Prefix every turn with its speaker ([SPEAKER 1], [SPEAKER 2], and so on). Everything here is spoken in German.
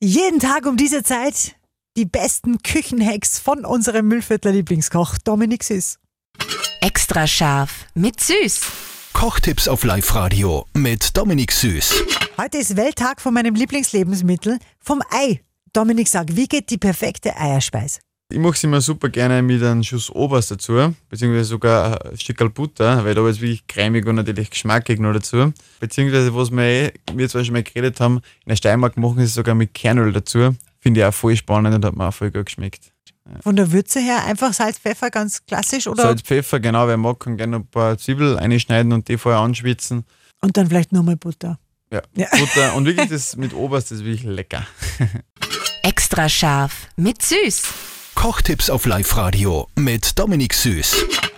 [SPEAKER 1] Jeden Tag um diese Zeit die besten Küchenhacks von unserem Müllviertler Lieblingskoch Dominik Süß.
[SPEAKER 2] Extra scharf mit Süß.
[SPEAKER 3] Kochtipps auf Live-Radio mit Dominik Süß.
[SPEAKER 1] Heute ist Welttag von meinem Lieblingslebensmittel, vom Ei. Dominik, sag, wie geht die perfekte Eierspeise?
[SPEAKER 4] Ich mache es immer super gerne mit einem Schuss Oberst dazu, beziehungsweise sogar ein Stückerl Butter, weil da ist wirklich cremig und natürlich geschmackig noch dazu. Beziehungsweise, was wir, eh- wir zwar schon mal geredet haben, in der Steiermark machen sie es sogar mit Kernöl dazu. Finde ich auch voll spannend und hat mir auch voll gut geschmeckt.
[SPEAKER 1] Von der Würze her einfach Salz, Pfeffer, ganz klassisch, oder?
[SPEAKER 4] Salz, Pfeffer, genau, wer mag, kann gerne ein paar Zwiebel einschneiden und die vorher anschwitzen.
[SPEAKER 1] Und dann vielleicht nochmal Butter.
[SPEAKER 4] Ja,
[SPEAKER 1] Ja.
[SPEAKER 4] Butter. Und wirklich das mit Oberst das ist wirklich lecker.
[SPEAKER 2] Extra scharf mit Süß.
[SPEAKER 3] Kochtipps auf Live-Radio mit Dominik Süß.